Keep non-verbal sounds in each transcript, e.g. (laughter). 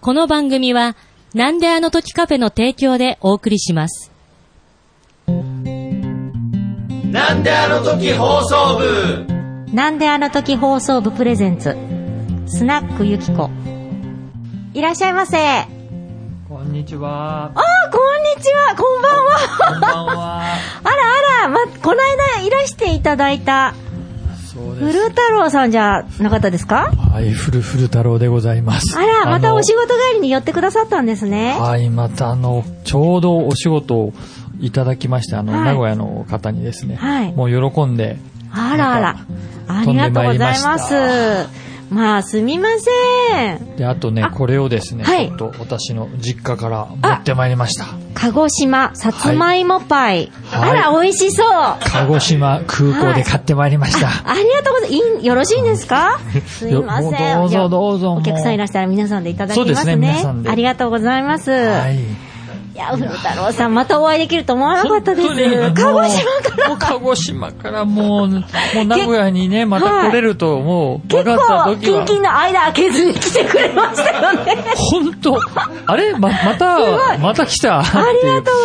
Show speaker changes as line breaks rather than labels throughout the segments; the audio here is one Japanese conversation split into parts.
この番組は、なんであの時カフェの提供でお送りします。
なんであの時放送部
なんであの時放送部プレゼンツスナックゆきこいらっしゃいませあ
こんにちは。
ーこんにちはこんばん
(laughs)
は
こんばんは。
あらあら、ま、この間いらしていただいた
そう
古
です。
太郎さんじゃなかったですか
はい、ふるふる太郎でございます。
あらまたお仕
事
事帰りに寄ってくださったんですね
はい、またあの、ちょうどお仕事をいただきまして、あの、
はい
名古屋の方にですね、
はい
もう喜んで、
あらあらあ
ん
り
で
がとうございま
飛んで
すまあすみません
で、あとね
あ、
これをですね、
はい
ちょっと私の実家から持ってまいりました。
鹿児島さつまいもパイ、
はい
あら美味しそう
鹿児島空港で買ってまいりました。
ありがとうございます。いいよろしいんです
(laughs)
かすいません。
よもうどうぞどうぞ
お客さんいらっ
し
しゃら皆さんでいただきますね。
そうですね皆さんで
ありがとうございます。
は
い、。
い
や、古太郎さん、またお会いできると思わなかったです。鹿児島から。
ら。もう鹿児島からもう、もう名古屋にね、また来れると、もう、分
結
かった
構、
時
キ
は
ン。キンの間開けずに来てくれましたよね。
本当あれま、また、また来た。
あ
あ
りがとう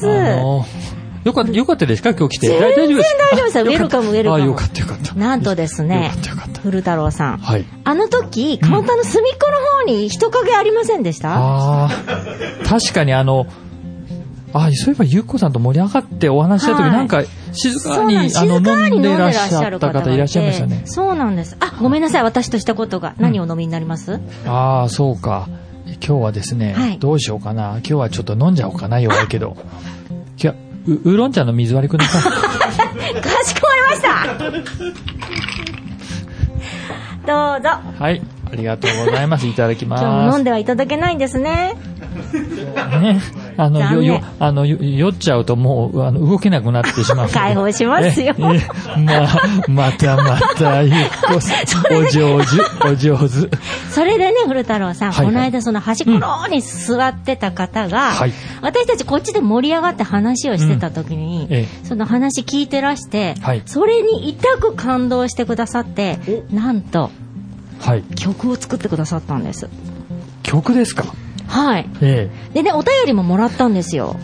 ございます。
よかった、よかったですか今日来て。
全然
大丈夫です。
大丈夫ですよ
あよかった
ウェルカムウェルカム
あ、よかったよかった。
なんとです
よ
ね
かったよかった、
古太郎さん。
はい。
あの時、カウンターの隅っこの方に人影ありませんでした、
ああ、確かにあの、あそういえばゆっこさんと盛り上がってお話しした時、
はい
なんか静
そ
か
う
に
なんです
あ
静
の
かに飲ん
飲ん
で
で
い
い
ら
ら
っ
っ
し
し
ゃ
ゃ
る
っ
方
た
がい
方
て
いらっしゃいましたね。
そうなんです。あ、ごめんなさい。私としたことが。何をお飲みになります (laughs)
ああ、そうか。今日はですね、
はい
どうしようかな。今日はちょっと飲んじゃおうかな、弱いけど。いや、ウウーロン茶の水割りください。
かしこま (laughs) りましたどうぞ
はい、ありがとうございます。いただきます。
今日も飲んではいただけないんですね
ね、あの、
残
よ、
念
よ、あの、よ酔っちゃうともう、あの、動けなくなってしまうので。
解放しますよ
ええまあ、またまた、ゆっこさん、お上手、お上手。
それでね古太郎さん、
はいはい
この間その端っこの方に座ってた方が、
はい
私たちこっちで盛り上がって話をしてた時に、
え
その話聞いてらして、
はい
それに痛く感動してくださってなんと
はい。
曲を作ってくださったんです
曲ですか
はい
え
でねお便りももらったんですよ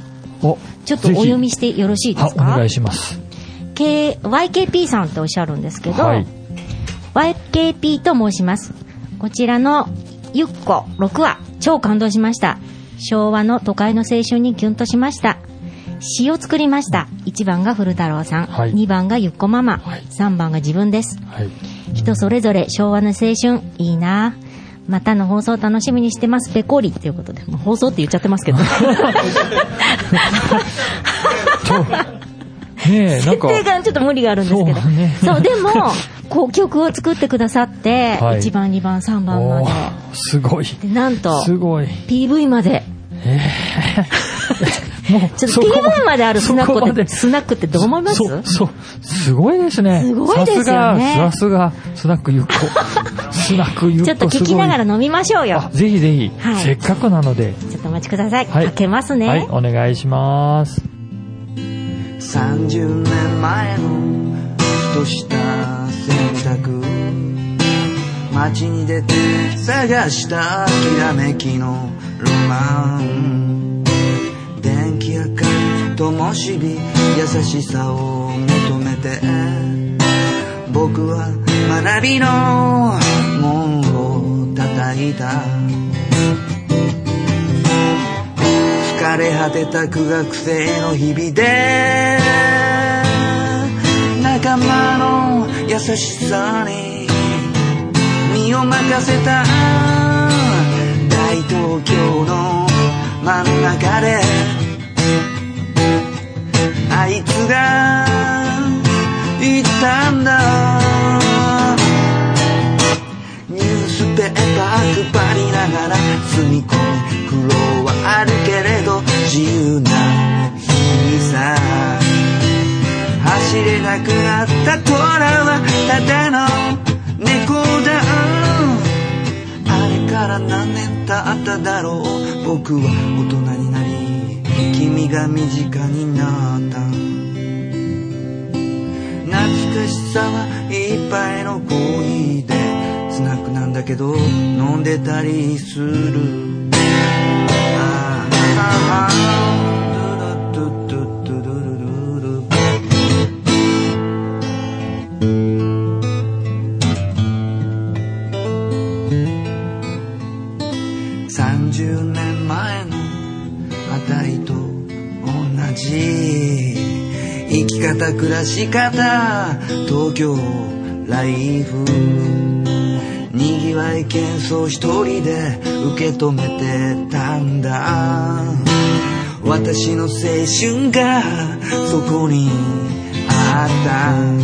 えお、
ちょっとお読み
し
してよろしいで
は
す、
お
か
願いします。
K YKP さんっておっしゃるんですけど、
はい
YKP と申します。こちらのゆっこ6話、超感動しました。昭和の都会の青春にキュンとしました。詩を作りました。1番が古太郎さん、
はい
2番がゆっこママ、
はい
3番が自分です。
はい。
人それぞれ昭和の青春、いいなぁまたの放送楽しみにしてます、ペコリっていうことで。もう放送って言っちゃってますけど。
ねえ、なん
設
か、
定がちょっと無理があるんですけど。
そ
そう
う,、ね
でも、こう曲を作ってくださって、
はい
1番、2番、3番ま
お
で。
ーすごい。
で、なんと、
すごい。
PV まで。
もう、
ちょっ
そ
と
こ
PV まであるスナ
そこ
ッ
ま
クっ
で
て、スナックってどう思います
そう、そう、すごいですね。
すごいですよね
さすが、さすが、スナッ
(laughs)
クゆっこ。スナックゆっこ。
ちょっと聞きながら飲みましょう
すごい
よ
あ。ぜひぜひ、
はい
せっかくなので、
ちょっとお待ちください。
はい
かけますね。
はい、お願いします。
30年前のふとした選択街に出て探したきらめきのロマン電気明かり灯火優しさを求めて僕は学びの門を叩いた疲れ果てた苦学生の日々で仲間の優しさに身を任せた大東京の真ん中であいつが言ったんだニュースペーパー配りながら積み込み苦労はあるけれど自由な日々さ走れなくなったトラはただの猫だあれから何年経っただろう僕は大人になり君が身近になった懐かしさはいっぱいのコーヒーで冷スナックなんだけど飲んでたりするああドゥルドゥドゥドゥルルルル30年前のあたりと同じ生き方暮らし方東京ライフにぎわい喧騒一人で受け止めてたんだ私の青春がそこにあった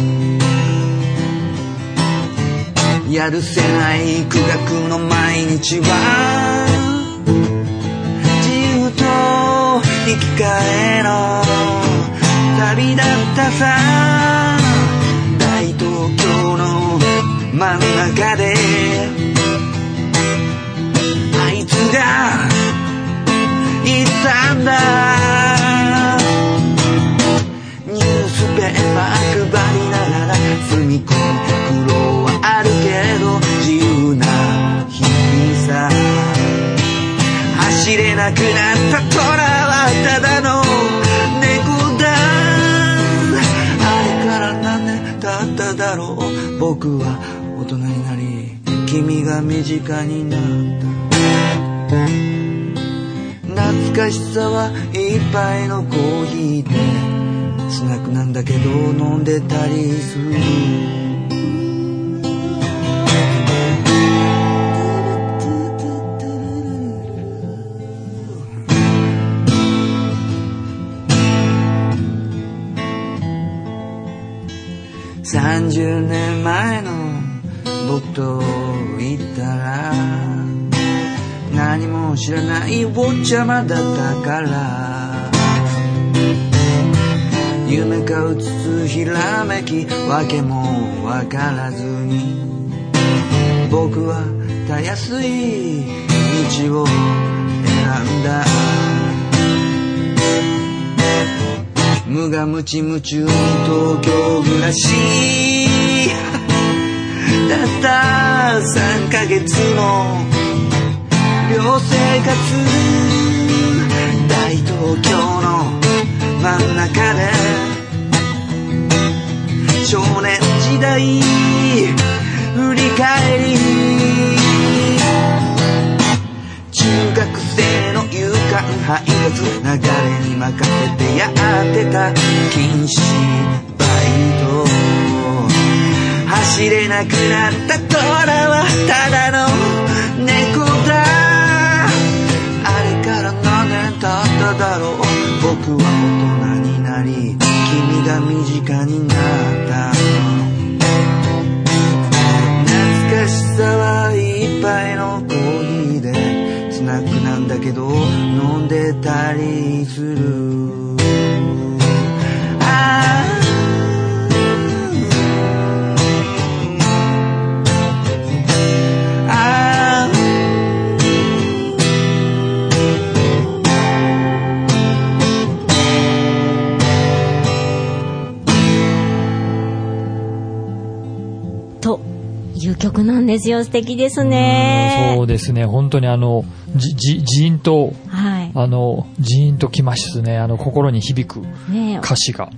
やるせない苦学の毎日は自由と生き換えの旅だったさ大東京の真ん中であいつが言ったんだニュースペーパー配りながら積み込む苦労はあるけれど自由な日々さ走れなくなった虎はただの猫だあれから何年経っただろう僕は大人になり君が身近になった懐かしさは一杯のコーヒーでスナックなんだけど飲んでたりする30年前の僕と言ったら何も知らないお茶まだったから夢かうつつひらめきわけもわからずに僕はたやすい道を選んだ無我夢中夢中に東京暮らしだった3ヶ月の寮生活大東京の真ん中で少年時代振り返り中学生の勇敢配達流れに任せてやってた禁止バイト走れなくなった虎はただの猫だあれから何年経っただろう僕は大人になり君が身近になった懐かしさは一杯のコーヒーでスナックなんだけど飲んでたりするあああー
という曲なんですよ。素敵です
う
ね
ん。そうですね、本当にあの、じ、じ、じーんと、
はい。
あの、じーんときますね、あの、心に響く
ねえ
歌詞が。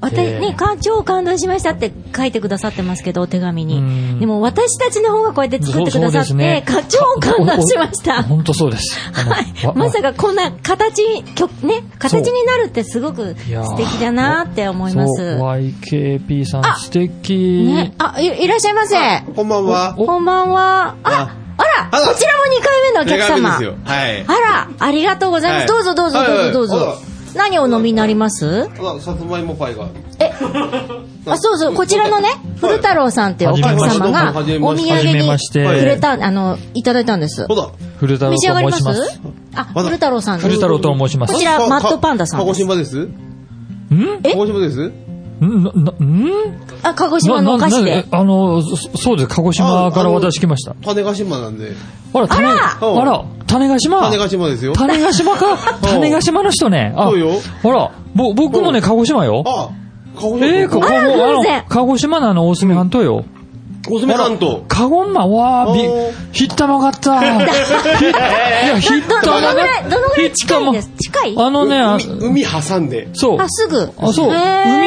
私
えー
ね、か超感動しましたって書いてくださってますけど、お手紙
う
に。
ん
でも私たちの方がこうやって作ってくださって、
そうそうですね
か超感動しました。
本当そうです。あの
は
わ
い、まさかこんな形、曲ね、形になるってすごく
いやー
素敵だなって思いま
そ
す。
う、YKP さん
あ
素敵。
ね、あ、いいらっしゃいませ。
こんばんは。
お
こんばんは。あ、あら、
あら
こちらも2回目のお客
手紙
様
です。よ。はい。
あら、ありがとうございます。
はい
どうぞどうぞ
はいはい
どうぞどう
あ
ぞ。何をお飲みになります
あらさつまいもパイが。
え、あ、そうそう、こちらのね、古太郎さんっていうお客様が、お
は
土
じめ
産
ま
に
して
はじめまして
くれた、あの、いただいたんです。
ほら。
古太郎
召し上がり
と
ま
申し
す
ます。
あ、
まだ
古太郎さんです
古太郎と申しま
こ
す
ち。ら
か
マッドパンダさん
か鹿児島です。
ん
え
鹿児島です。
んな、な、ん
あ、鹿児島のお菓子で。
あの、そそうです。鹿児島から私来ました。
種子島なんで。
あら、種、
あ
ら
あら、種ヶ島。
種子島ですよ。
種ヶ島
(laughs)
か。種ヶ島の人ね。あ、
そうよ
ほら、ぼ、僕もね、鹿児島よ。
あ、鹿児島。
えー、ここ
あら偶
も、あ
然
の、鹿児島のあの、大隅半島よ。
コスメ関東。
カゴンマは、び
おー、
ひったまが
(laughs)
った。ひいや、ひっ
ど
たま
の
が
ぐ
っ
らい、どのぐらい近いんです
ひ
近い
たまあのね、あ
海、海挟んで。
そう。
あ、すぐ。
あ、そう。
へ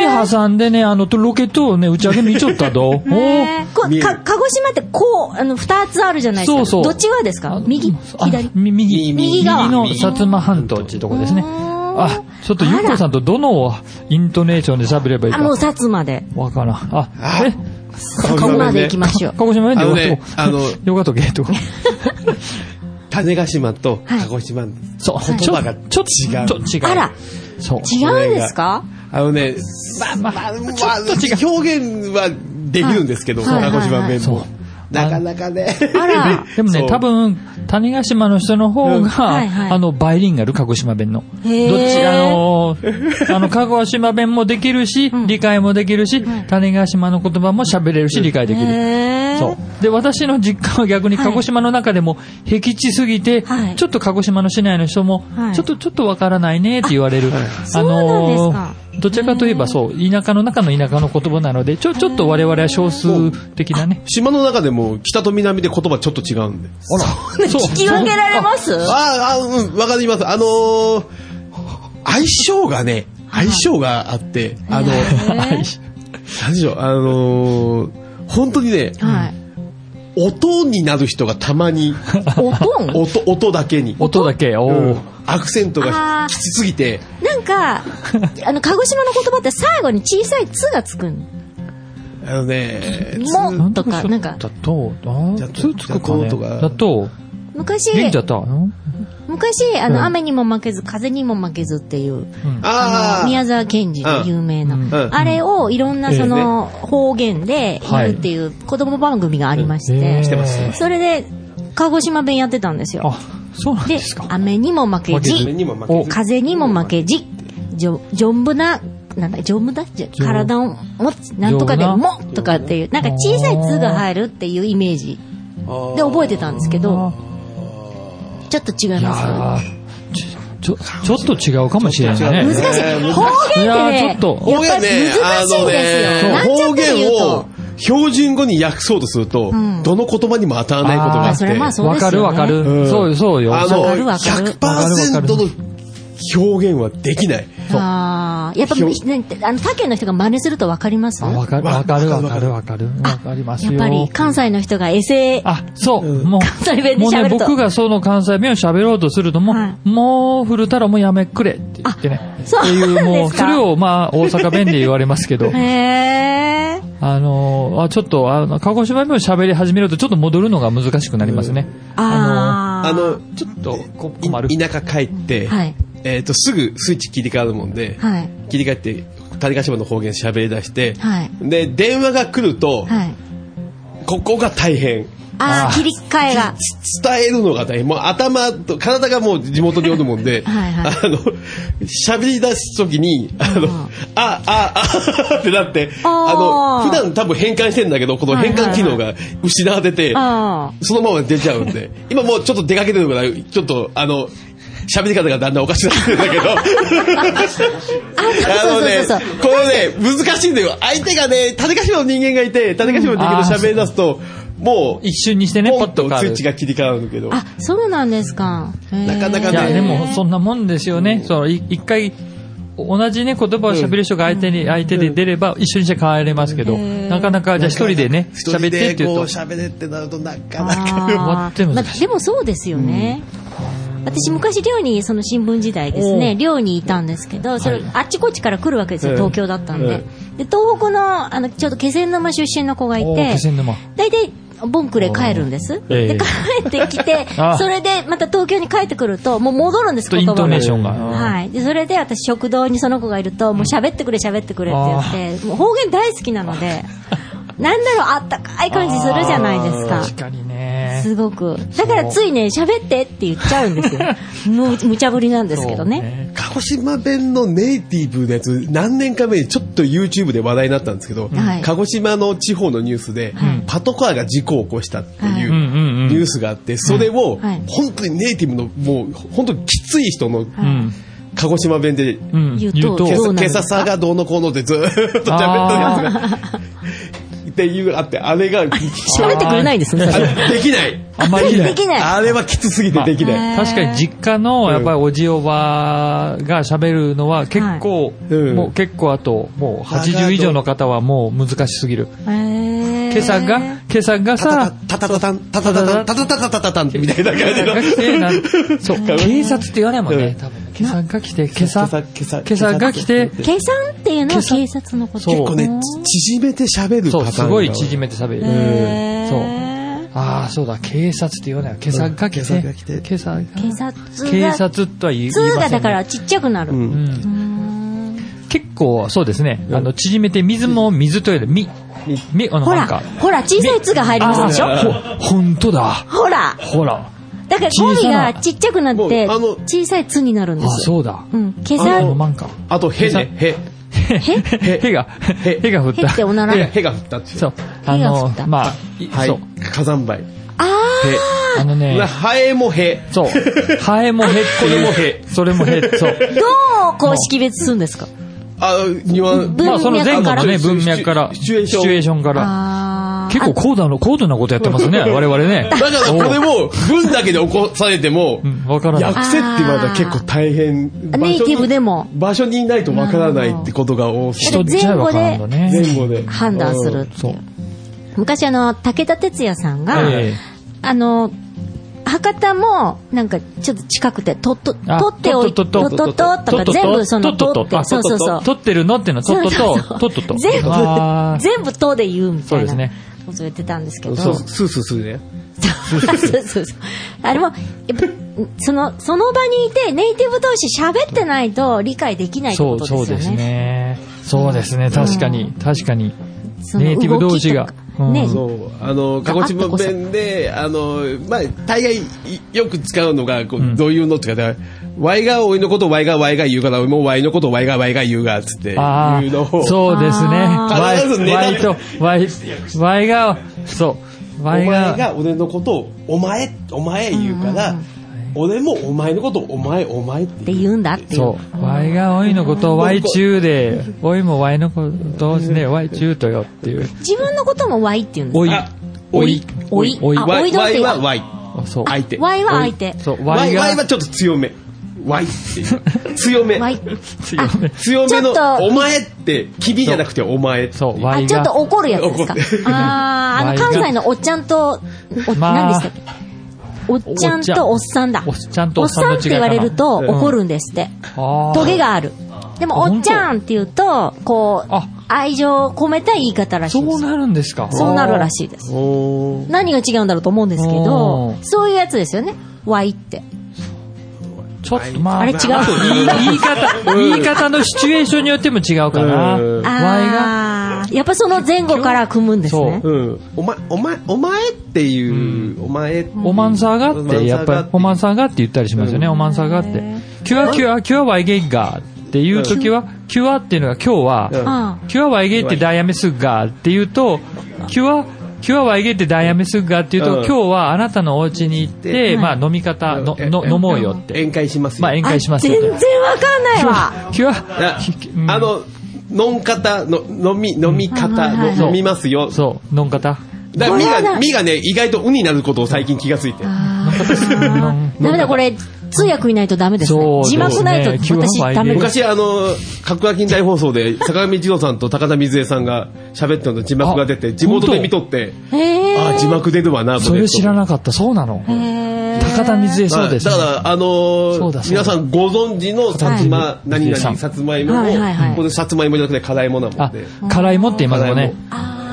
ー
海挟んでね、あの、とロケットをね、打ち上げ見ちょったど。お
(laughs) へ
ー
ーこうか鹿児島ってこう、あの、二つあるじゃないですか。
そうそう
どっち側ですか右
あ
左
み右。
右側
の薩摩半島っていうとこですね。あ、ちょっとゆっこさんとどのイントネーションで喋ればいい
あ、もう
か。
薩摩で。
わからん。あ、
あ
え
薩摩まで行きましょう
鹿。児島
あ
弁で
の
よかっ
ね、あの、
た。よかったけど。
(laughs) 種子島と
はい
鹿児島。
そう、
言
ちょ
葉が
ちょっと違う。違う。
あら、
そう。
違うんですか
あのね、
ま
まあ、
あ
表現はできるんですけど、
はい
鹿児島弁
は
も
い。
なかなかね。
あ
(laughs)
ら、
でもね
そ、う
多分、種子島の人の方
うん
が、
はいはい
あの、バイリンガル、鹿児島弁の。どっ
へー
ち、あの、あの、鹿児島弁もできるし、
ん
理解もできるし、種子島の言葉も喋れるし、理解でき
へ
る。
ー
そう。で、私の実家は逆に
はい
鹿児島の中でも、僻地すぎて、
はい
ちょっと鹿児島の市内の人も、
はい
ちょっと、ちょっとわからないねって言われる。あ
そうなん
の
です
どちらかといえばそう、田舎の中の田舎の言葉なので、ちょ、ちょっと我々は少数的なね。
島の中でも北と南で言葉ちょっと違うんで。
そう
聞き分けられます
ああ、うん、わかります。あのー相性がね、相性があって、あの、
はい
何でしょう、あのー本当にね、
はい。
音になる人がたまに、
おとん
音、音だけに。
音だけ、お
う
ー
んアクセント
あー
がきつすぎて、
なんか、あの、鹿児島の言葉って最後に小さいつがつくん。
あのね、
もとか、なんか、
だと、あ
じゃ
つつくか
じ
ね。
ゃととか
だと、
昔、
元気だったん
昔、あ
うん
の、雨にも負けず、風にも負けずっていう、あの、
ああ、
宮沢賢治で有名な、
うん
うん
あれをいろんなその方言で
は
言
いう
っていう子供番組がありまし
ええ
て、
して
ますね
それで、鹿児島弁やってたんですよ
あ。、そうなん
で
です、か。
雨にも負け
負
目
じ、
にも負けず
風にも負けじ、じょ、丈夫な、なんだ、丈夫だじゃ
夫
体を持つ、なんとかで
丈夫な
もとかっていう、なんか小さい「つ」が入るっていうイメージで覚えてたんですけど、ちょっと違い
いや
ます。
ーちょ、ちょ、ちょっと違うかもしれない
難
ね。
し
え
い。
ー
方言ってね、
いやーちょっと
や
方
っぱ
言
り
ね、
難しいんですよ。
あ
なんちゃ
のね、方
って言う
言
と
を。標準語に訳そうとすると、
ん
どの言葉にも当たらないことがあ
あ
っ
そ
て、
れはまあそう
わ
ですよね
かるわかる。
うん
そうよ、そうよ。
あ
そう
の、
わかるわかる
100%の表現はできない。
ああ、やっぱ、
ひょ
なんてあの、他県の人が真似するとわかります
あわ
や
かる、わ
わ
かる、わ
わ
か
か
る、
る
わかる。わかりますよ。
っぱり、関西の人がエセい
あ、そう、
うん
もう。
関西弁で
もうね、
喋ると
僕がその関西弁を喋ろうとすると、もう、
は
もう、古太郎もやめくれって言ってね。
そう
っていう、
なん
も
で
う、
す
そ
か
れを、まあ、大阪弁で言われますけど
(laughs) へ、え。
あの、あちょっと、あの、鹿児島弁を喋り始めると、ちょっと戻るのが難しくなりますね。
ああ。
あの、
ちょっと、こ
い
困る。
田舎帰って、
はい。
えっ、と、すぐスイッチ切り替わるもんで、
はい。
切り替えて、種子島の方言喋り出して、
はい。
で、電話が来ると、
はい。
ここが大変。
あ
あー
あ、切り替えが。
つ伝えるのが大変。もう頭と、体がもう地元におるもん
(laughs)
で、
はいはい
あの、喋り出すときに、あの、
うん
あ、あ、あ、 (laughs) ってなって、
あー
あの、普段多分変換してんだけど、この変換機能が失われて、
あ
そのまま出ちゃうん
(laughs)
で、今もうちょっと出かけてるから、ちょっと、あの、喋り方がだんだんおかしくなってるんだけど、
(laughs) あ。あ
あ
そ
の
うそう
ね
そうそう。、
これね、難しいんだよ。相手がね、種子島の人間がいて、種子島の人間と喋り出すと、もう、
一瞬にしてね、ポ
ポ
ッ
ッ
と
と
変わ
スイ
る
ッチ。が切り替わるけど。
あ、そうなんですか。な
なかなか
いや、
ね
でも、そんなもんですよね。その、い一回、同じね、言葉を喋る人が相手に、相手で出れば、一緒にして変われますけど、なかなか、じゃあ一人でね、
一人
喋ってっ
で
て言
こ
う
う
と。
喋れってなると、なかなか。
あ
割って
ー
も
ま
難
あ
しい
でもそうですよね。私昔寮に、その新聞時代です
お
ね、
う
寮にいたんですけど、それ、
はい
あっちこっちから来るわけですよ、
ええ
東京だったんで
え。
で、東北の、あの、ちょっと気仙沼出身の子がい
おー
て
気、仙沼。
大体、ボンクレ帰るんです。
ええ
で、帰ってきて
ああ、
それでまた東京に帰ってくると、もう戻るんです、
とイン
言葉
ト
が。
ネーションが。
はい。で、それで私食堂にその子がいると、もう喋ってくれ喋ってくれって言って、もう方言大好きなの
(laughs)
で、なんだろう、あったかい感じするじゃないですか。
確かにね。
すごく。だからついね、喋ってって言っちゃうん
(laughs)
ですよ。む、無茶ぶりなんですけどね。
鹿児島弁のネイティブのやつ、何年か前にちょっと YouTube で話題になったんですけど、
はい
鹿児島の地方のニュースで、パトカーが事故を起こしたってい
うんうんうん
うニュースがあって、それを、
はい
本当にネイティブの、もう、本当にきつい人の、
うん。
鹿児島弁で、
うん。
言うと
言うと
どうなるん
今
ですか
朝さがどうのこうのってずーっと喋っとるやつが、っていうのがあって、あれが、あれ
(laughs)
喋ってくれないんですね。最初
できない。
あんまり
できない。
あれはきつすぎてできない。
確かに実家のやっぱりおじおばが喋るのは結構、
うん
もう結構あともう80以上の方はもう難しすぎる。
今
今朝が、今朝がさ、
タタタタン、タタタタン、タタタタタタタンみたいな感じの。
来てなん (laughs) そう、警察って言わないもん
うん
ね、多分。今朝が来て、今朝、
今
今
朝
朝が来て、
計算っていうのは警察のこと。
そう
結構ね、ち縮めて喋るパター
そ
ン
う、
が。
すごい縮めて喋る。
へー
そう。ああ、そうだ、警察って言わないわ。今朝が来て、
今朝が来て
今朝が
警察が。
警察とは言い言い
通
ま
が
せ
だ
ん
か
ね。
らちっちゃくなる。
う。
うん
うん
ーん
結構、そうですね。あの、縮めて、水も水というより、み、み、あの、
ほ
な
ら
んか。、
ほら、小さい「つ」が入りますでしょ
あーほ、ほんとだ。
ほら
ほら。
だから語
小
尾
さ
が
な
ちっちゃくなっ
もう
て
あの、
小さい「つ」になるんで
あ、
す。
そうだ。
うん。計
あの
算、
マンか。
あと、へね、へ。
へ、へが、へへが降った。
へっておなら
へ
い
が
へが降ったっていう。
そう。あ
へが降
の
っ、た
まあ、い
は
そう。
い。火山灰。へ。
あのね
な、ハエもへ。
そう。ハエもへっていう。
これもへ
それもへ。そう。
どうこう識別するんですか
あ、には、
文
まあ、その前後のね、文
文
脈
脈
か、
からら
シチュエーション
シチュエー
から。
あー
結構高度な、高度なことやってますね、我々ね。
だから、これも、文だけで起こされても
う、ん、わからない
訳。せって言われたら結構大変。
あ
場所に
ネイティブでも
場所にいないとわからないってことが多くて。
人じゃわからんのね。
前後で。
判断するって
そ
いうう。昔あの、武田鉄矢さんが、
ええ
あの、博多も、なんか、ちょっと近くて、とっと、取
あ
っておいて、
と
と
っと
っ
と
とととか、全部その、
と
と
っと
っ
と
て、
あ
そうそうそう。
とってるのっていうのは、とっと
そう
と、とっとと。
全部
あ、ー
全部とで言うみたい
そ
な
うですね
こと言ってたんですけど。
そう、スースーするね。
そうそうそう。あれも、やっぱ、その、その場にいて、ネイティブ同士喋ってないと理解できないって
そ
こ
う、
と
そうで
です
す
よね。
ね。そうですね、確かに、確かに。
その
ネイティブ同士が
動きとか
うん
ね。
そう、あの、鹿児島弁で、あの、まあ、大概いよく使うのが、こうどういうのっていうか、だからワイがおいのことワイがワイが言うから、俺もワイのことワイがワイが言うが、つって、
あ
言うのを。
あ、そうですね。
あー必ず
Y
ネタ
Y と Y、Y が、そう、
お前
Y が、
が俺のことを、お前、お前言うから、俺もお前のことを、お前、お前って
って言うんだっていう。
そう、Y が Y のことを Y 中で、O いも Y のことをですね、Y 中とよっていう。
自分のことも Y って言うんです
おい
あ、
おい、
おい
おい、
あ
ワイ
同士が
はワイ。
そう。
相手。
Y は相手。
そう、
ワ
Y
イ
が、
ワイはちょっと強め。ワイっていう。強め。
Y。
強め
強めの
ちょっ、と
お前って、君じゃなくてお前ってい
そう、
あ、
Y
ちょっと
が、
怒るやつですか
怒る。
あー、あの、
Y が
関西のおっちゃんと、お、
まあ
何でしたっけおっちゃんとおっさんだ。
おっちゃんとおっさんの
おっさんって言われると
違いかな
怒るんですって。
あー
トゲがある。でも、
あ
おっちゃんって言うと、こう
あ、
愛情を込めた言い方らしいで
そう
す。
なるんですか。
そうなるらしいです。
おー
何が違うんだろうと思うんですけ
お
ど、
ー
そういうやつですよね。Y って。
ちょっと、まあ、
あれ違う
ちょっと言い言い方、言い方のシチュエーションによっても違うかな。
うん
Y が、
あーやっぱその前後から組むんですね
そ。
うん。お前、お前、お前っていう、お前って
おまんさー
お
がっ
まんさーがって
て、やっぱり、おまんさーがって言ったりしますよね、おまんさーがって。キュアキュア、キュアワイゲイガーっていう時は、キュアっていうのが今日
うん
は、
あ
キュアワイゲイってダイヤメスガーっていうと、キュア、キュアワイゲイってダイヤメスガーっていうと
う、ん
今日はあなたのお家に行って、まあ飲み方、の、の飲もうよって。
宴会しますよ。
まあ宴
ーあ
会しますよ
全
と。
然わかんないわ。
キュア、
いや
キュア
あ、の、飲ん方、の飲み、飲み方、
はいはいはい
の飲みますよ
うん。そう、飲ん方。
だから、み
これは
が、
な
みがね、意外とうになることを最近気がついて。
あーダメだ、これ、通訳いないとダメです
そう
ね。
です
字
ね
幕ないと私ダメです。
昔、あの、角川近代放送で、坂上二郎さんと高田水江さんが喋ったのと字幕が出て、
あ
地元で見とって、
へ
ああ、字幕出るわな、
それ知ら
い。
なかった、そうなの。
え
高田水江そうです
だ。から、あの
そうだ
ー、
そうだ
皆さんご存知の、さつま、何々、さつまいも
はいはいはい
を、これさつまいもじゃなくて、辛いものなも
あ
んで、、
辛いもって言いますもんね。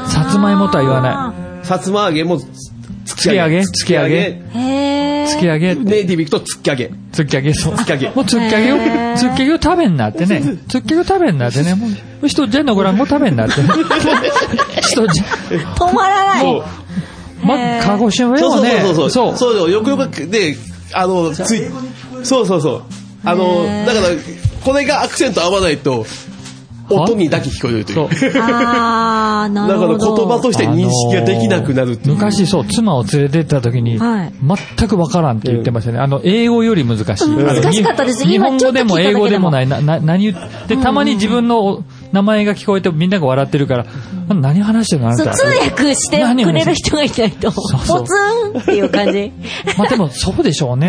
さつまいもとは言わない。
さつま揚げも、つ
つき揚げつき揚げ
い。へ
つ
ー
き揚げ、
ネイティブ行くとつき揚げ。
つき揚げ、そう。
つき揚げ
もうつっき揚げを、つっき揚げを食べんなってね。つっき揚げを食べんなってね。もう、人じゃんのごらんも食べんなってね。人じゃ、
止まらない。
そう
ま、鹿児島
そう
よね。
そうそうそう。
そう。
そうよくよく、で、あの、つい、そうそうそう。あの、だから、これがアクセント合わないと、音にだけ聞こえるとい
そうう。
あー、な
だから
る
言
ほど。
葉として認識ができなくなるっていう。
昔そう、妻を連れてった時に、
はい
全くわからんって言ってましたね。あの、英語より難しい。
うん難しかったです
日
今
本語でも
ちょっと聞いただけでも
英語でもない、な、な、何言って、で、たまに自分のお名前が聞こえてもみんなが笑ってるから、あ何話してるのあな
そう
た
通。訳してくれる人がいないと、
うそう
ポツンっていう感
(laughs)
じ。
まあでも、そうでしょうね。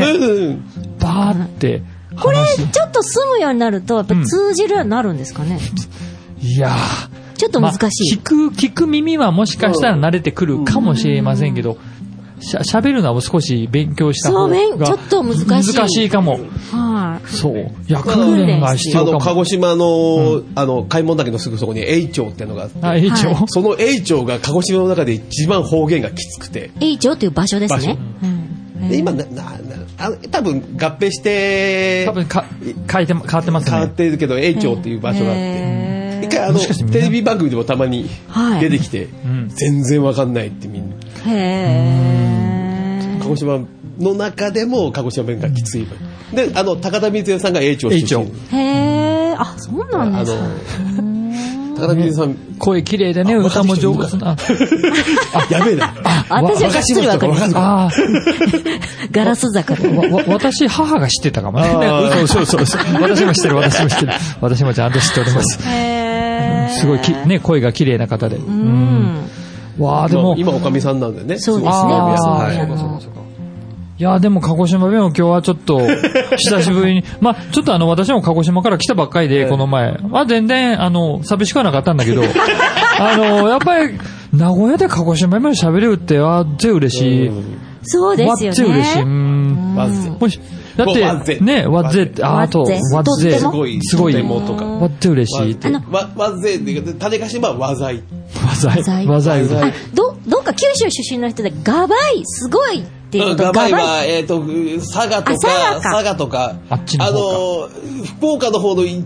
バーって話。
これ、ちょっと住むようになると、やっぱ通じるようになるんですかね。
いやー。
ちょっと難しい
まあ。聞く、聞く耳はもしかしたら慣れてくるかもしれませんけど、しゃ、喋るのは少し勉強した方が。
そう勉ちょっと難しい
難しいかも。
はい。
そう。いや、訓練が必
あ
要か
の、
も。
鹿児島の、あの、開門岳のすぐそこに永町ってのがあって、
あ、一応。
は
その永町が鹿児島の中で一番方言がきつくて、
永町という場所ですね。うん
で今な、な、な、あ多分合併して、
多分か、変えても、変わってます
変わっ
ね。
てるけど、永町っていう場所があって、一回あの、
もしかしてみんな
テレビ番組でもたまに
はい
出てきて、
ん
全然わかんないってみんな、
へえ。
鹿児島の中でも鹿児島弁がきつい分。で、あの、高田光代さんが永町出身。
永町
へえ。あ、そうなん
あ
ですか。
の、高田光代さん、
声綺麗でね、歌も上手な。
やべえな。
(laughs)
私はがっつりわかります。
ああ、
ガラス坂で。
わ、わ、私、母が知ってたかもね。そうそうそうそう。私も知ってる、私も知ってる。私もちゃんと知っております。
へー
すごいき、。ね、声が綺麗な方で。
う
うん
ん。
わあ、でも、
今、今おかみさんなんだよね。
そうですね
あ
そう
ー
ですね
は
あ
い
の
いや、でも鹿児島弁を今日はちょっと、久しぶりに、まあちょっとあの、私も鹿児島から来たばっかりで、この前。まあ全然、あの、寂しくはなかったんだけど、 (laughs) あの、やっぱり、名古屋で鹿児島弁喋れるって、あっぜ嬉しい。
そうで
わっ
すよ
ぜ嬉しい。う
ね。
ん。
わっぜ
もし、だ
もうわっ
っ
ぜ
て、ね、わっぜって、あ
わっ
あ
ぜ
と、わっぜ。
とって
す
も
ごい、
すごい。
とてもとか。
わって嬉しいって。わ
わ、わぜっていうか、種菓子は和材。
ざ
ざい
い。わざい。
わざい
ど、どっか九州出身の人で、ガバイ、すごいっていう
う
こ
ん
と。
ガバイは、
イ。
えっ、と、佐賀と
あ
か、
佐賀か
佐賀とか、
あっちの方
あの、福岡の方の一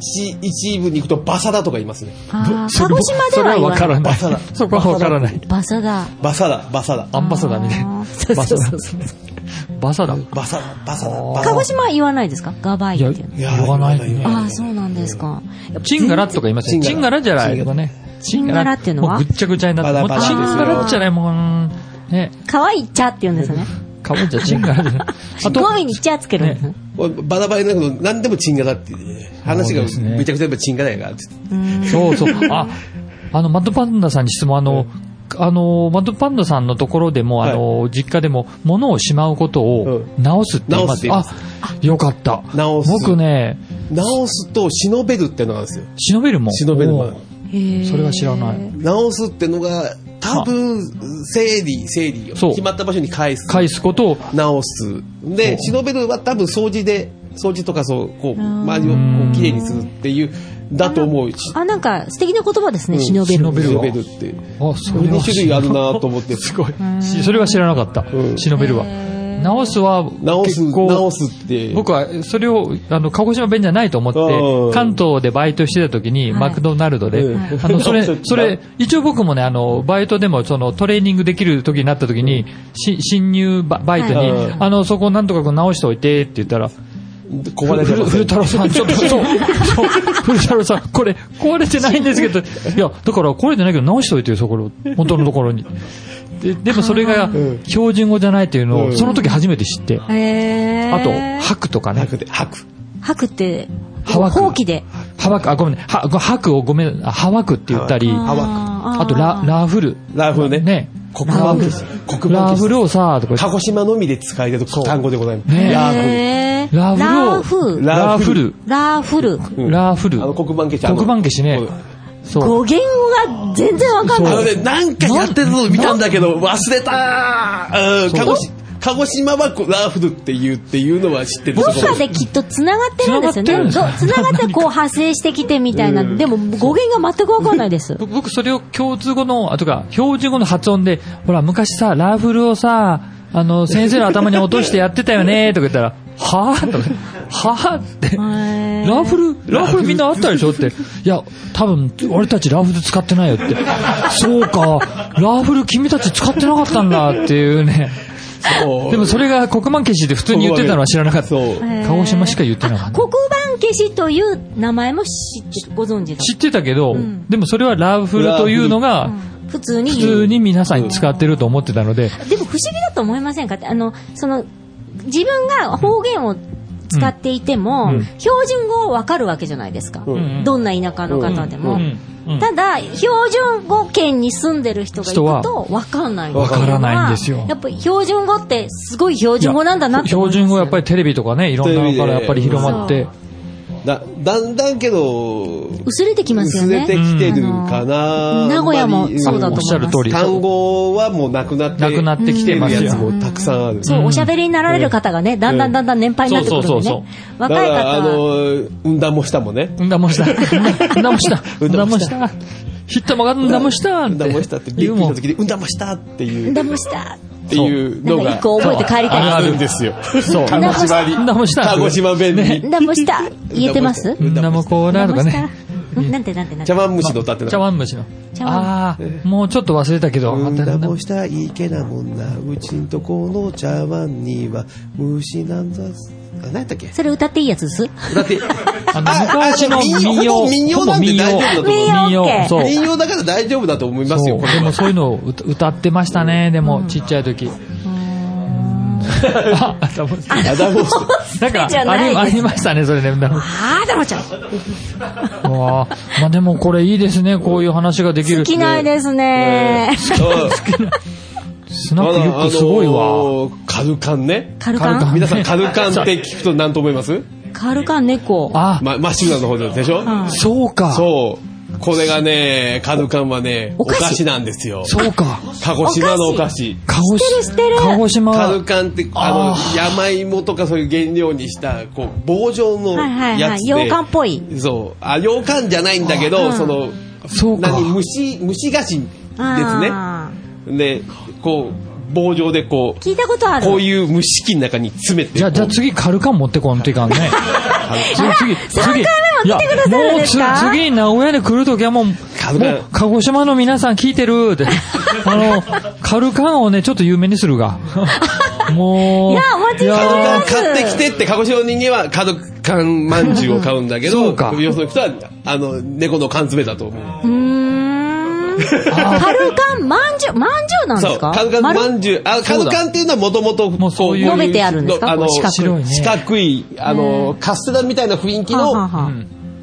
一部に行くと、バサダとか言いますね。
あー
そ
鹿
れ
児
も
島で
それ
は
は
言
わ
わ
か
ない。
らな
バ
い
サダ。
そこはわからない。
バサだ。
バサダ、バサダ。
アンバサダーみたい
あ
な。
ー
(laughs) バ
そ
サ
う
ダ
そうそう。
バサダ。
バサダ、バサダ、バ
(laughs)
サ
鹿
ダ
児。島は言わないですかガバイ
い
ってい
や、
うの。
言わないね。
ああ、そうなんですか。
チンガラとか言いますね。
チ
チ
ン
ン
ガ
ガ
ラ
ラじゃないとかね。
チンガラっていうのは
もうぐっちゃぐちゃになって、も
バラ
う
バラ
チンガラじゃない、もう、ね、
可愛い茶って言うんですよね。
かぼちゃチンガラじゃない。あと、
語尾に茶つけるんですね。
これバラバラになるけど、何でもチンガだって、ね、話が
そうですね
めちゃくちゃやっぱチンガだよなって。
そうそう。あ、あの、マッドパンダさんに質問、あの、あの、マッドパンダさんのところでも、
はい
あの、実家でも、物をしまうことを
う
直すって言います。
直
あ
すっ、
よかった。
直す
僕ね、
直すと、忍べるってのがあるんですよ。
忍べるもん。
忍べるも
お
ん
う。それは知らない。
直すってのが、多分、整理、整理を。
そう
決まった場所に返す。
返すことを、
直す。で、忍べるは多分掃除で、掃除とかそう、こう、周りをこうきれいにするっていう、だと思うし。
あ、なんか素敵な言葉ですね。
うん
忍べる。
忍べる
忍
わ
べるって。
あ、そ
2
は
種類あるなと思って。
すごい。しそれは知らなかった
うん。
忍べるは。直すは、
直す、
結構
直すって。
僕はそれを、あの、鹿児島弁じゃないと思っ
うん
て、関東でバイトしてた時に、
はい
マクドナルドで、
はい
あの、
(laughs)
それ
はい、
それ、一応僕もね、あの、バイトでも、その、トレーニングできる時になった時に、し新入ババイトに、
はい
あの、そこなんとか君直しておいて、って言ったら、
壊れて
古
ます
古太
(laughs)
郎さん、ちょっと、そう、そう、古太郎さん、これ、壊れてないんですけど、いや、だから壊れてないけど直しておいてよ、そころ、本当のところに。で、でもそれが
ん
標準語じゃないっていうの
う
を、
ん
その時初めて知って。
へー
あと、吐くとかね
吐。くで、吐く。
吐くって、
はわく
ほうきで。
はわく、あ、ごめんね。は、ご吐くをごめん、あはわくって言ったり、
はわ
あー
あと、ラ、、ラフル。
く。ラフね。
ね。
黒板消し。黒板
ラフ
消し。
ルをさ、とか言って
鹿児島のみで使える単語でございます。
ね
ラフ。
へー
ラ
ラ
フルを、
フ。
ラ
ラ
フ
フ
ル
ル、
ラフル。
うん
ラフル。
あの黒板消し。あの
黒板消しね
うん。
そう。
語源語が全然わかん
あ
な
の
い。
ね、なんかやってるの見たんだけど、忘れたーうん
そう
鹿児鹿児島はこうラーフルっていうっていうのは知ってる
どっ
そ
か
こ
できっと繋がってるんですよね。ど
繋がってるんです
繋がってこう派生してきてみたいな。でも語源が全くわかんないです。
僕僕それを共通語の、あとか、標準語の発音で、ほら、昔さ、ラフルをさ、あの、先生の頭に落としてやってたよね、とか言ったら、はぁとか、はぁって。
へー
(laughs) ラフル、ラフルみんなあったでしょって。いや、多分、俺たちラフル使ってないよって。そうか、ラフル君たち使ってなかったんだっていうね。
そう
でもそれが黒板消しで普通に言ってたのは知らなかった。
そう
鹿児島しか言ってなかった。
黒板消しという名前も知って、ご存知だ。
知ってたけど
ん、
でもそれはラフルというのが、
普通に
普
言う
通に皆さん使ってると思ってたので、
でも不思議だと思いませんかあの、その、自分が方言を使っていても、
うん
標準語わかるわけじゃないですか、
ん
どんな田舎の方でも、
うんうん
ただ標準語圏に住んでる人が行くとわかんないんですよ
わからないんですよ
やっぱり標準語ってすごい標準語なんだなって思
標
います
準語やっぱりテレビとかね、いろんなのからやっぱり広まっ
テレ
て。
だ、だんだんけど、
薄れてきますよ
薄
ね
れてきてるかな、
うん名古屋もそうだと思います
おっしゃる通り。
単語はもうなくなって
なくなってきてますよ
るやつもたくさんある。
そう、
うん
おしゃべりになられる方がね、だんだんだんだん年配になってくる
そ
ん
う
で
そう
ね
そ
だ
う。
か
若い方
ら、あ
は、
の、うんだもしたもね。
うんだもした。うんだもした。
う
う
んん
だ
だ
も
も
し。
した
ヒットもがうんだもした。
うんだもしたって、びっ
言う
くりした時
もん。
に、うんだもしたっていう、
ん
っ
だもした。
ていう
な
の
んか
が
一、個覚えて帰りたい
あ
です
るんですよ。
そう。
鹿児島に。
うんだもした
鹿児島弁
ん
に。
だもした。言えてます
うんだもコーラとかね。
んなんてなんてなんて
茶。碗蒸しの歌ってな
茶碗蒸しの。
茶碗
ああ、もうちょっと忘れたけど。
うん
また
だ
な
もしたいけなもんな、うちんとこの茶碗には、虫なんざす、あ、何やったっけ
それ歌っていいやつです
だって、
(laughs) あの、昔の民謡。
ほぼ民謡
ほぼ
なんて大丈夫だと思う。
民謡 OK
そう。
民謡だから大丈夫だと思います
そ
よ、
う
これ
で
は
もそういうのを歌歌ってましたね、でも、ちっちゃい時。 (laughs) あ、頭打ち
あだもした
なんか、
じゃ
あ
ないで
り
す
ありましたね、それね。
(laughs)
あー、だもちゃん。
わあまあでもこれいいですね、こういう話ができる
好
って。
きないですね。
スナックユックすごい
あ
わ。
のーカルカンね。
カルカ
カルカン
ン
皆さん、カルカンって聞くと何と思います
カルカン猫。
あ、
ま、マシュラの方でしょ
うん
そうか。
そう。これがね、カルカンはね、
お
お
菓子
菓子なんですよ。
そうか。
鹿児島のお菓子。
鹿児
知ってる知ってる
鹿児島
カ
は
ル、カンって、
あ
あの、山芋とかそういう原料にした、こう、棒状の
はいはいは
や
い
つ。で。
洋館っぽい。
そう。あ、洋館じゃないんだけ
うん
ど、その、
そうか
何、虫、虫菓子で
あ
すね。で、こう、棒状でこ
ー聞いたことあ
う、
る。
こういう蒸し器の中に詰めて。
じゃあ、じゃあ
こう
次カルカン持ってこんといかんね。次、次、
三回目も来てくださるんです
いや
か
もうつ次、名古屋で来るときはもう、もう
カルカン
鹿児島の皆さん聞いてるって。あの、カルカンをね、ちょっと有名にす
(laughs)
るが。もう。
いやお待ちしております
いや
買ってきてって、鹿児島の人間はカドカンまんじゅうを買うんだけ
そ
ど、
うか
よその人は、あの、猫の缶詰だと思
う
う。
ーん。カルカンまんじゅう、まんじゅうなんで
そう、
すか
カドカン
丸
まんじゅう。あ、カドカンっていうのはもともと、
もうそういう
こ
述べてあるんですか
あの、
四角い
白いね
四角い、あの、カステラみたいな雰囲気
はあはあ
の
はあ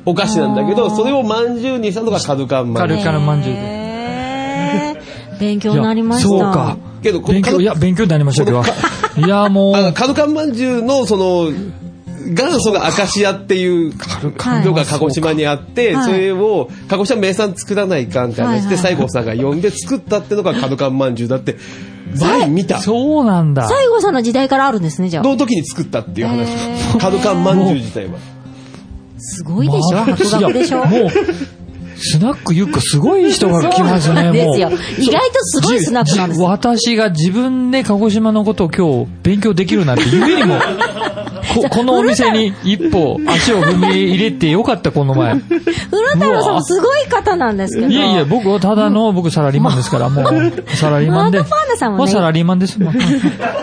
お菓子なんだけど、それをまんじゅうにしたのがカドカンま
カ
んじゅ
ル
う。
カンまんじゅうで。
へー勉強になりました。
そうか。
けどこの
勉
カ
強、
ル
いや、勉強になりましたけど。いや、も
あの、
う、
カドカンまんじゅうの、その、元祖がアカシアっていうのが鹿児島にあって、
はい
それを鹿児島名産作らないかんって話
はい
し
はい
て、西郷さんが呼んで作ったってのがカドカンまんじゅうだって、前見た。そ
そうなんだ。
西郷さんの時代からあるんですね、じゃあ。
の時に作ったっていう話
へー。
カドカンまんじゅう自体は。
すごいでしょ
まあ
博学でしょ
いやもう、スナックゆっくすごい人が来ます
そうな
ね、
んで
もう
すよ。。意外とすごいスナップなんです
じ私が自分で鹿児島のことを今日勉強できるなんて夢 (laughs) にも、ここのお店に一歩足を踏み入れてよかった、この (laughs) 前。
古太郎さんもすごい方なんですけど。
いやいや、僕はただの、僕サラリーマンですから、もう、サラリーマンで。
マートパンダさんもね
うサラリーマンです。もう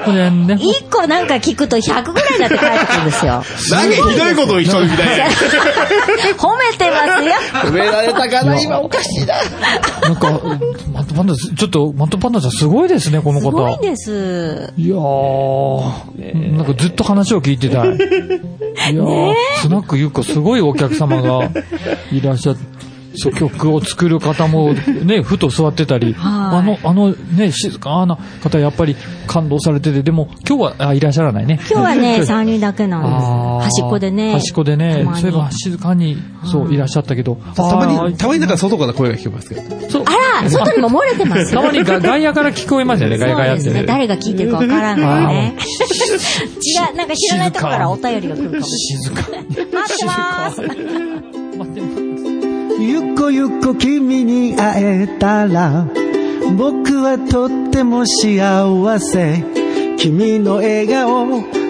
ほんで (laughs) ね
一個なんか聞くと100ぐらいになって帰ってくるんですよ。
なんかひどいことを言っとるみた (laughs) いな。
褒めてますよ。
褒められたかな、今おかしいな。
なんか、マットパンダ、ちょっと、マットパンダさんすごいですね、この
す
方。
ごいんです。
いやー、なんかずっと話を聞いてたい。いやー、スナックゆっこすごいお客様がいらっしゃって。そう曲を作る方もね、ふと座ってた
は
り、
い
あの、あのね、静かな方やっぱり感動されてて、でも今日は、あ、いらっしゃらないね。
今日は
(laughs)
ね、
日
3人だけなん
あー
です。端っこでね。
端っこでね
た、まに
そういえば静かに、そう、いらっしゃったけど、た
たまに、たまになんか外から声が聞こえますけど。
そう
あら、外にも漏れてます
た (laughs)
よ。
まにが外野から聞こえますよね、外野
そう
や
で
っ
す
て
ね。誰が聞いてるかわからないね。
(laughs)
違う、なんか知らないとこからお便りが来るかもし
静かに。
れない。待ってます。
待って
ゆっこゆっこ君に会えたら僕はとっても幸せ君の笑顔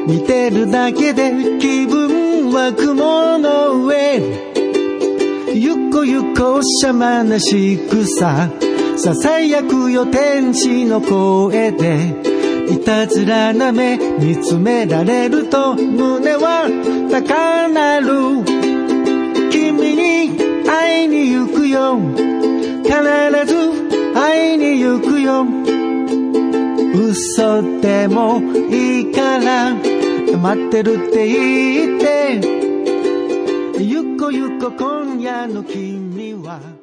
見てるだけで気分は雲の上ゆっこゆっこおしゃまなしくさささやくよ天使の声でいたずらな目見つめられると胸は高鳴る君に会いに行くよ必ず会いに行くよ嘘でもいいから
待ってるって言ってゆっこゆっこ今夜の君は